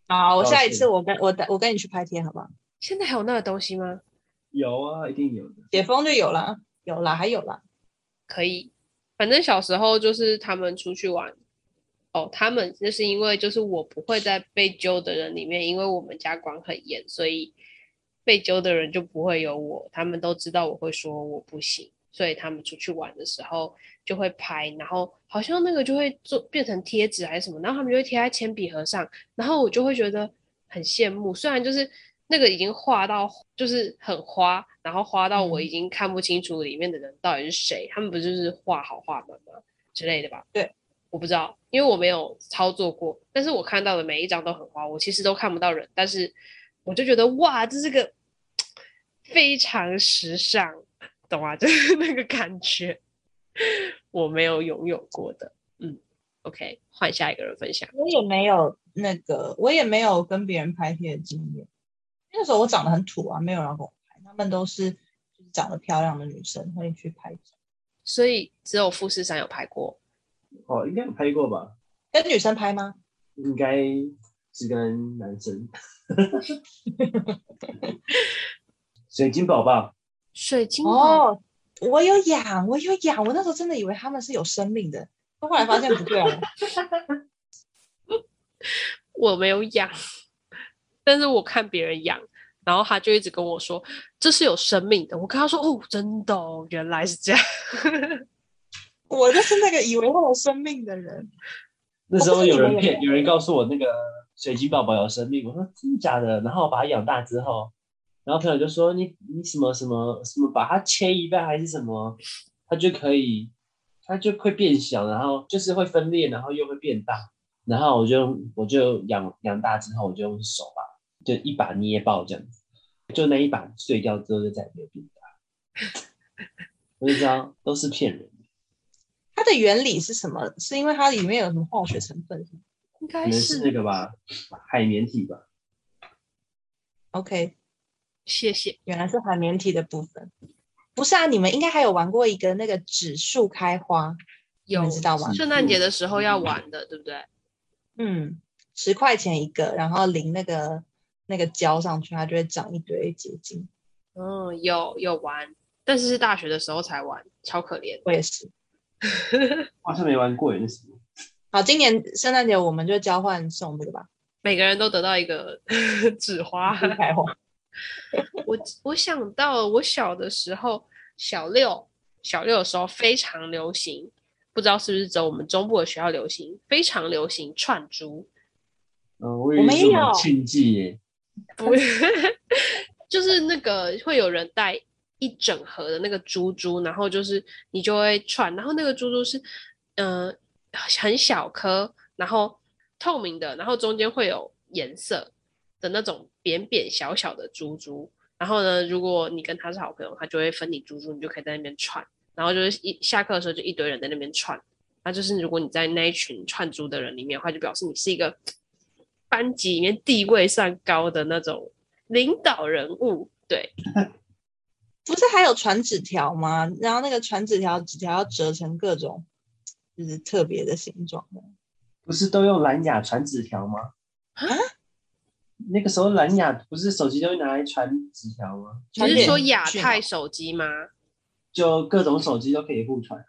Speaker 2: 好，我
Speaker 4: 抱
Speaker 2: 下一
Speaker 4: 歉
Speaker 2: 次我跟我带我跟你去拍贴，好不好？
Speaker 1: 现在还有那个东西吗？
Speaker 4: 有啊，一定有的。
Speaker 2: 解封就有啦，有啦，还有啦。
Speaker 1: 可以。反正小时候就是他们出去玩，哦，他们那是因为就是我不会在被揪的人里面，因为我们家管很严，所以被揪的人就不会有我。他们都知道我会说我不行，所以他们出去玩的时候就会拍，然后好像那个就会做变成贴纸还是什么，然后他们就会贴在铅笔盒上，然后我就会觉得很羡慕。虽然就是那个已经画到就是很花，然后花到我已经看不清楚里面的人到底是谁，他们不就是画好画满吗之类的吧？我不知道，因为我没有操作过，但是我看到的每一张都很花，我其实都看不到人，但是我就觉得哇，这是个非常时尚，懂吗？ 就是那个感觉，我没有拥有过的。嗯，OK，换下一个人分享。
Speaker 2: 我也没有那个，我也没有跟别人拍贴的经验。那时候我长得很土啊，没有人要跟我拍，他们都是就是长得漂亮的女生会去拍照，
Speaker 1: 所以只有富士山有拍过，
Speaker 4: 哦，应该有拍过吧？
Speaker 2: 跟女生拍吗？
Speaker 4: 应该是跟男生。 水晶宝宝，
Speaker 1: 水晶哦，
Speaker 2: 哦，我有养，我有养，我那时候真的以为他们是有生命的，但后来发现不对啊。
Speaker 1: 我没有养， 但是我看别人养，然后他就一直跟我说这是有生命的。我跟他说哦，真的哦，原来是这样。
Speaker 2: 我就是那个以为会有生命的人，
Speaker 4: 那时候有人骗，有人告诉我那个水晶宝宝有生命，我说真的假的？然后我把它养大之后，然后朋友就说你你什么什么什么把它切一半还是什么，它就可以，它就会变小，然后就是会分裂，然后又会变大。然后我就我就养养大之后，我就用手把就一把捏爆这样子，就那一把碎掉之后就再也没有变大。 我就知道都是骗人的，
Speaker 2: 它的原理是什么？是因为它里面有什么化学成分是吗
Speaker 1: 应
Speaker 4: 可
Speaker 1: 该
Speaker 4: 能是
Speaker 1: 是
Speaker 4: 那个吧，海绵体吧。
Speaker 2: ？OK，
Speaker 1: 谢谢。
Speaker 2: 原来是海绵体的部分。不是啊，你们应该还有玩过一个那个指数开花，你
Speaker 1: 有
Speaker 2: 们知道吗？
Speaker 1: 圣诞节的时候要玩的，对不对？
Speaker 2: 嗯，十块钱一个，然后淋那个那个胶上去，它就会长一堆结晶。
Speaker 1: 嗯，有有玩，但是是大学的时候才玩，超可怜。
Speaker 2: 我也是。
Speaker 4: 我好像没玩过耶，那什么？
Speaker 2: 好，今年圣诞节我们就交换送这 个吧，
Speaker 1: 每个人都得到一个 纸 花。
Speaker 2: 树开花。
Speaker 1: 我我想到了我小的时候，小六小六的时候非常流行，不知道是不是只有我们中部的学校流行，非常流行串珠，
Speaker 4: 嗯，我
Speaker 2: 我
Speaker 4: 以为
Speaker 2: 没
Speaker 4: 是
Speaker 2: 有
Speaker 4: 我庆忌耶，
Speaker 1: 不就是那个会有人带一整盒的那个珠珠，然后就是你就会串，然后那个珠珠是嗯、呃很小颗，然后透明的，然后中间会有颜色的那种扁扁小小的珠珠。然后呢，如果你跟他是好朋友，他就会分你珠珠，你就可以在那边串。然后就是一下课的时候，就一堆人在那边串。那就是如果你在那一群串珠的人里面的话，就表示你是一个班级里面地位算高的那种领导人物。对，
Speaker 2: 不是还有传纸条吗？然后那个传纸条，纸条要折成各种就是特别的形状的。
Speaker 4: 不是都用蓝牙传纸条吗？
Speaker 1: 啊？
Speaker 4: 那个时候蓝牙不是手机都会拿来传纸条吗？
Speaker 1: 你
Speaker 2: 传
Speaker 1: 是
Speaker 2: 点
Speaker 1: 说亚
Speaker 2: 去
Speaker 1: 太
Speaker 2: 嘛
Speaker 1: 手机吗？
Speaker 4: 就各种手机都可以互传。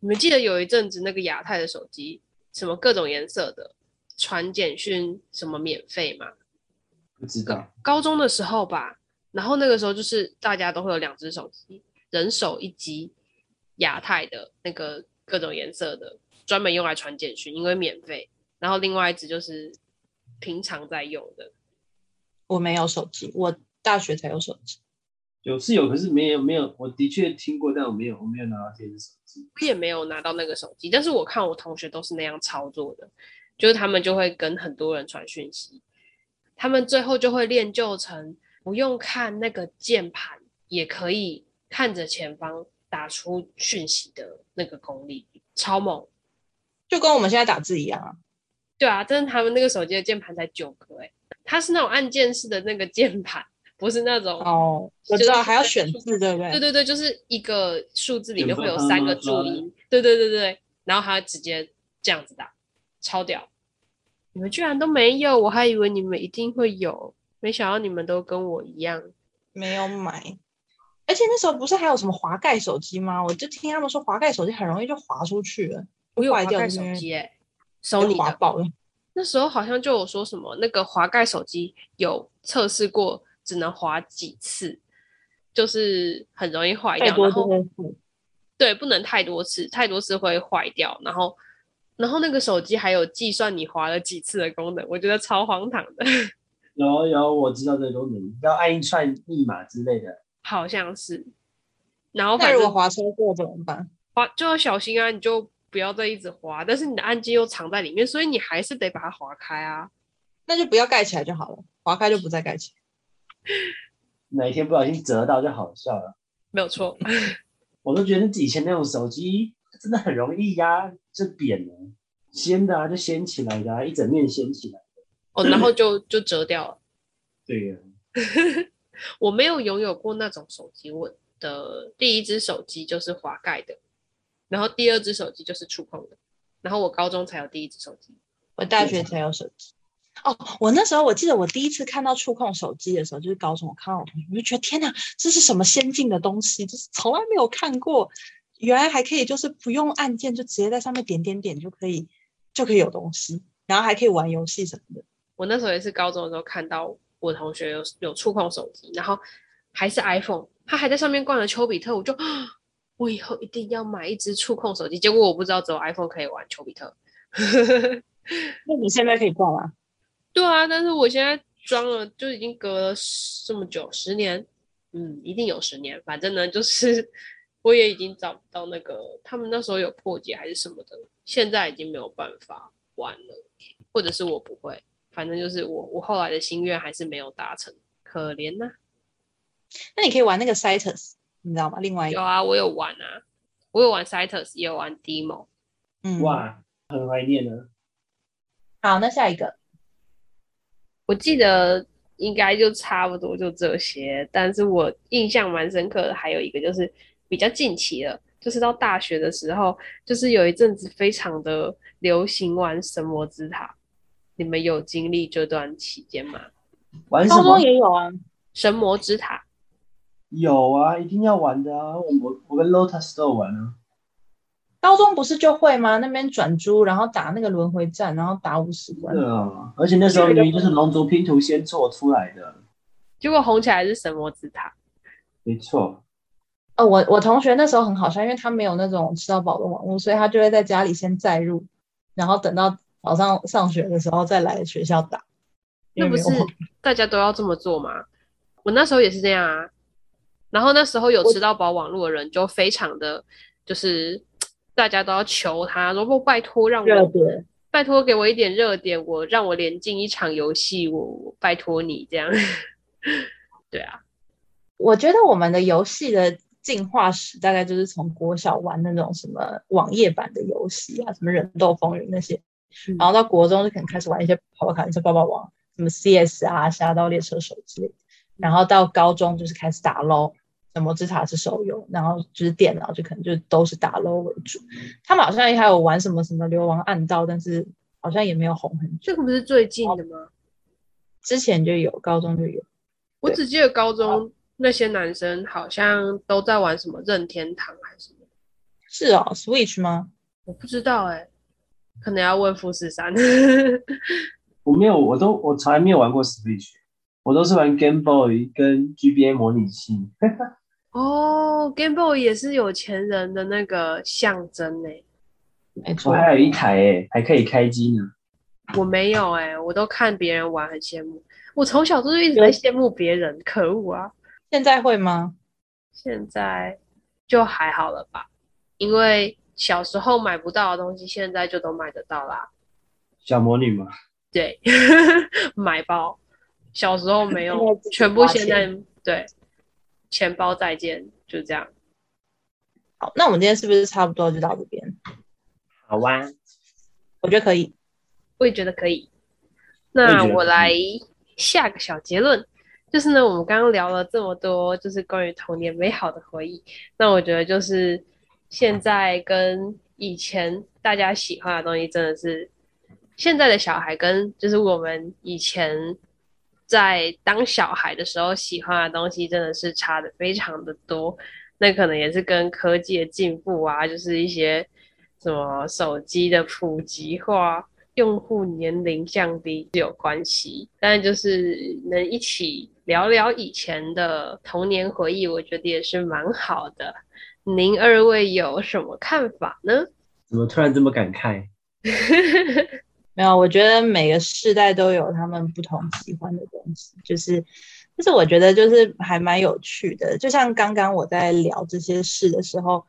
Speaker 1: 你们记得有一阵子那个亚太的手机，什么各种颜色的传简讯，什么免费吗？
Speaker 4: 不知
Speaker 1: 高
Speaker 4: 道，
Speaker 1: 高中的时候吧，然后那个时候就是大家都会有两只手机，人手一机，亚太的那个各种颜色的，专门用来传简讯，因为免费。然后另外一只就是平常在用的，
Speaker 2: 我没有手机，我大学才有手机。
Speaker 4: 有是有，可是没有没有，我的确听过，但我没有我没有拿到这只手机。
Speaker 1: 我也没有拿到那个手机，但是我看我同学都是那样操作的，就是他们就会跟很多人传讯息，他们最后就会练就成不用看那个键盘也可以看着前方打出讯息的那个功力，超猛。
Speaker 2: 就跟我们现在打字一样啊。
Speaker 1: 对啊，但是他们那个手机的键盘才九个哎、它是那种按键式的那个 键盘，不是那种
Speaker 2: 哦，我知道还要选字，对不对？
Speaker 1: 对对对，就是一个数字里面
Speaker 4: 原
Speaker 1: 会
Speaker 4: 本
Speaker 1: 有
Speaker 4: 他
Speaker 1: 三
Speaker 4: 妈
Speaker 1: 个注
Speaker 4: 说
Speaker 1: 音，对对对对，然后他直接这样子打，超屌！你们居然都没有，我还以为你们一定会有，没想到你们都跟我一样。
Speaker 2: 没有买。而且那时候不是还有什么滑盖手机吗？我就听他们说滑盖手机很容易就滑出去了，
Speaker 1: 我有
Speaker 2: 坏
Speaker 1: 滑
Speaker 2: 掉
Speaker 1: 盖
Speaker 2: 是
Speaker 1: 手
Speaker 2: 因为
Speaker 1: 机哎、 Sony
Speaker 2: 滑
Speaker 1: 的。
Speaker 2: 爆了。
Speaker 1: 那时候好像就有说什么那个滑盖手机有测试过，只能滑几次，就是很容易坏掉，
Speaker 2: 太多
Speaker 1: 然
Speaker 2: 就
Speaker 1: 后
Speaker 2: 会死，
Speaker 1: 对，不能太多次，太多次会坏掉。然后，然后那个手机还有计算你滑了几次的功能，我觉得超荒唐的，
Speaker 4: 有有，我知道这个功能，要按一串密码之类的。
Speaker 1: 好像是。然后
Speaker 2: 那
Speaker 1: 反
Speaker 2: 如果
Speaker 1: 正
Speaker 2: 滑车过怎么办？
Speaker 1: 滑就要小心啊，你就不要再一直滑，但是你的按键又藏在里面，所以你还是得把它滑开啊。
Speaker 2: 那就不要盖起来就好了，划开就不再盖起来。
Speaker 4: 哪一天不小心折到就好笑了。
Speaker 1: 没有错，
Speaker 4: 我都觉得以前那种手机真的很容易呀、就扁了，掀的啊，就掀起来的啊，一整面掀起来。
Speaker 1: 哦，然后就就折掉了。
Speaker 4: 对呀、
Speaker 1: 我没有拥有过那种手机，我的第一只手机就是滑盖的，然后第二只手机就是触控的，然后我高中才有第一只手机。
Speaker 2: 我大学才有手机。哦，我那时候我记得我第一次看到触控手机的时候，就是高中，我看到我同学，我就觉得天哪，这是什么先进的东西，就是从来没有看过，原来还可以就是不用按键就直接在上面点点点就可以就可以有东西，然后还可以玩游戏什么的。
Speaker 1: 我那时候也是高中的时候看到我同学有有触控手机，然后还是 iPhone，他还在上面逛了丘比特，我就我以后一定要买一只触控手机。结果我不知道只有 iPhone 可以玩丘比特。
Speaker 2: 那你现在可以逛吗？
Speaker 1: 对啊，但是我现在装了，就已经隔了十这么久，十年，嗯，一定有十年。反正呢，就是我也已经找不到那个他们那时候有破解还是什么的，现在已经没有办法玩了，或者是我不会，反正就是我我后来的心愿还是没有达成，可怜呐、
Speaker 2: 那你可以玩那个 Citus，你知道吗？另外一
Speaker 1: 有
Speaker 2: 个，
Speaker 1: 啊，我有玩啊，我有玩 Citus，也有玩 Demo。
Speaker 2: 嗯，
Speaker 4: 哇，很怀念啊呢、
Speaker 2: 好，那下一个，
Speaker 1: 我记得应该就差不多就这些，但是我印象蛮深刻的还有一个就是比较近期了，就是到大学的时候，就是有一阵子非常的流行玩神魔之塔，你们有经历这段期间吗？
Speaker 4: 玩什
Speaker 2: 高
Speaker 4: 么
Speaker 2: 中？也有啊，
Speaker 1: 神魔之塔，
Speaker 4: 有啊，一定要玩的啊！我我我跟 Lotus 都有玩啊。
Speaker 2: 高中不是就会吗？那边转珠，然后打那个轮回战，然后打五十关
Speaker 4: 对。啊，而且那时候明明就是龙族拼图先做出来的，
Speaker 1: 结果红起来是神魔之塔，
Speaker 4: 没错。
Speaker 2: 哦，我我同学那时候很好笑，因为他没有那种吃到饱的网络，所以他就会在家里先载入，然后等到早上上学的时候再来学校打。因
Speaker 1: 那不
Speaker 2: 为没
Speaker 1: 是
Speaker 2: 有网
Speaker 1: 大家都要这么做吗？我那时候也是这样啊，然后那时候有吃到饱网络的人就非常的就是。大家都要求他，说不拜托让我
Speaker 2: 点，
Speaker 1: 拜托给我一点热点，我让我连进一场游戏，我我拜托你这样。对啊，
Speaker 2: 我觉得我们的游戏的进化史大概就是从国小玩那种什么网页版的游戏啊，什么忍斗风云那些，
Speaker 1: 嗯
Speaker 2: 然后到国中就可能开始玩一些跑跑卡丁车、抱抱王，什么 CS 啊、侠盗猎车手之类的，然后到高中就是开始打 LO，什么之塔是手游，然后就是电脑就可能就都是打 LO 为主。他们好像还有玩什么什么流亡暗道，但是好像也没有红很久，
Speaker 1: 这个不是最近的吗？
Speaker 2: 之前就有，高中就有。
Speaker 1: 我只记得高中那些男生好像都在玩什么任天堂还是什么，
Speaker 2: 是哦，Switch 吗？
Speaker 1: 我不知道哎、可能要问富士山。
Speaker 4: 我没有，我都我从来没有玩过 Switch，我都是玩 Game Boy 跟 GBA 模拟器。
Speaker 1: 哦，Game Boy 也是有钱人的那个象征呢、欸
Speaker 2: 没错
Speaker 4: 我，还有一台哎、还可以开机呢。
Speaker 1: 我没有哎、我都看别人玩，很羡慕。我从小就是一直在羡慕别人，可恶啊！
Speaker 2: 现在会吗？
Speaker 1: 现在就还好了吧，因为小时候买不到的东西，现在就都买得到啦。
Speaker 4: 小魔女嘛，
Speaker 1: 对， 买包，小时候没
Speaker 2: 现在
Speaker 1: 有
Speaker 2: 自，己
Speaker 1: 全部
Speaker 2: 花
Speaker 1: 现在对，钱包再见，就这样。
Speaker 2: 好，那我们今天是不是差不多就到这边？
Speaker 4: 好啊，
Speaker 2: 我觉得可以。
Speaker 1: 我也觉得可以。
Speaker 4: 也
Speaker 1: 那
Speaker 4: 觉得
Speaker 1: 我
Speaker 4: 可以
Speaker 1: 来下个小结论，就是呢，我们刚刚聊了这么多，就是关于童年美好的回忆。那我觉得就是现在跟以前大家喜欢的东西，真的是现在的小孩跟就是我们以前在当小孩的时候喜欢的东西，真的是差的非常的多。那可能也是跟科技的进步啊，就是一些什么手机的普及化，用户年龄降低是有关系，但就是能一起聊聊以前的童年回忆，我觉得也是蛮好的。您二位有什么看法呢？
Speaker 4: 怎么突然这么感慨？
Speaker 2: 没有，我觉得每个世代都有他们不同喜欢的东西，就是，就是我觉得就是还蛮有趣的。就像刚刚我在聊这些事的时候，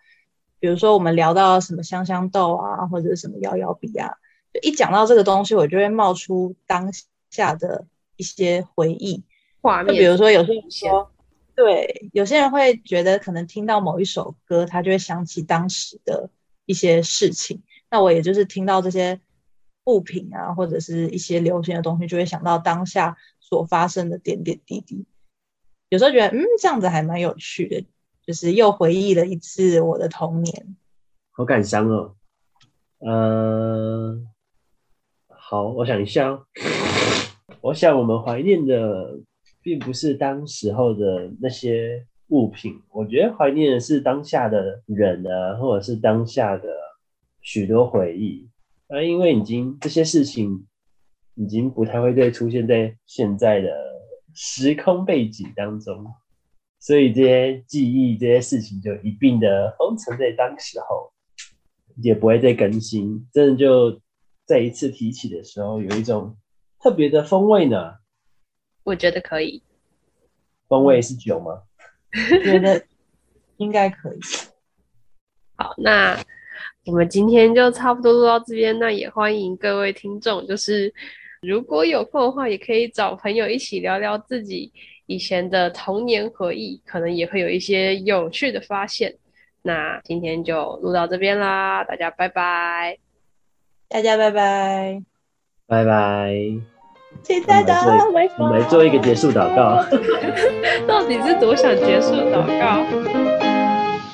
Speaker 2: 比如说我们聊到什么香香豆啊，或者什么摇摇笔啊，就一讲到这个东西，我就会冒出当下的一些回忆。
Speaker 1: 画
Speaker 2: 就
Speaker 1: 面，
Speaker 2: 比如说，有些人
Speaker 1: 现
Speaker 2: 说，对，有些人会觉得可能听到某一首歌，他就会想起当时的一些事情。那我也就是听到这些物品啊，或者是一些流行的东西，就会想到当下所发生的点点滴滴。有时候觉得，嗯，这样子还蛮有趣的，就是又回忆了一次我的童年。
Speaker 4: 好感伤哦。呃，好，我想一下哦。我想我们怀念的并不是当时候的那些物品，我觉得怀念的是当下的人啊，或者是当下的许多回忆。而因为已经这些事情已经不太会再出现在现在的时空背景当中，所以这些记忆、这些事情就一并的封存在当时候，也不会再更新。真的就再一次提起的时候，有一种特别的风味呢。
Speaker 1: 我觉得可以。
Speaker 4: 风味是酒吗？
Speaker 2: 觉得应该可以。
Speaker 1: 好，那我们今天就差不多录到这边，那也欢迎各位听众，就是如果有空的话，也可以找朋友一起聊聊自己以前的童年回忆，可能也会有一些有趣的发现。那今天就录到这边啦，大家拜拜。
Speaker 2: 大家拜拜，
Speaker 4: 拜拜。
Speaker 2: 期待的
Speaker 4: 我
Speaker 2: 微
Speaker 4: 我们来做一个结束祷告。
Speaker 1: 到底是多想结束祷告？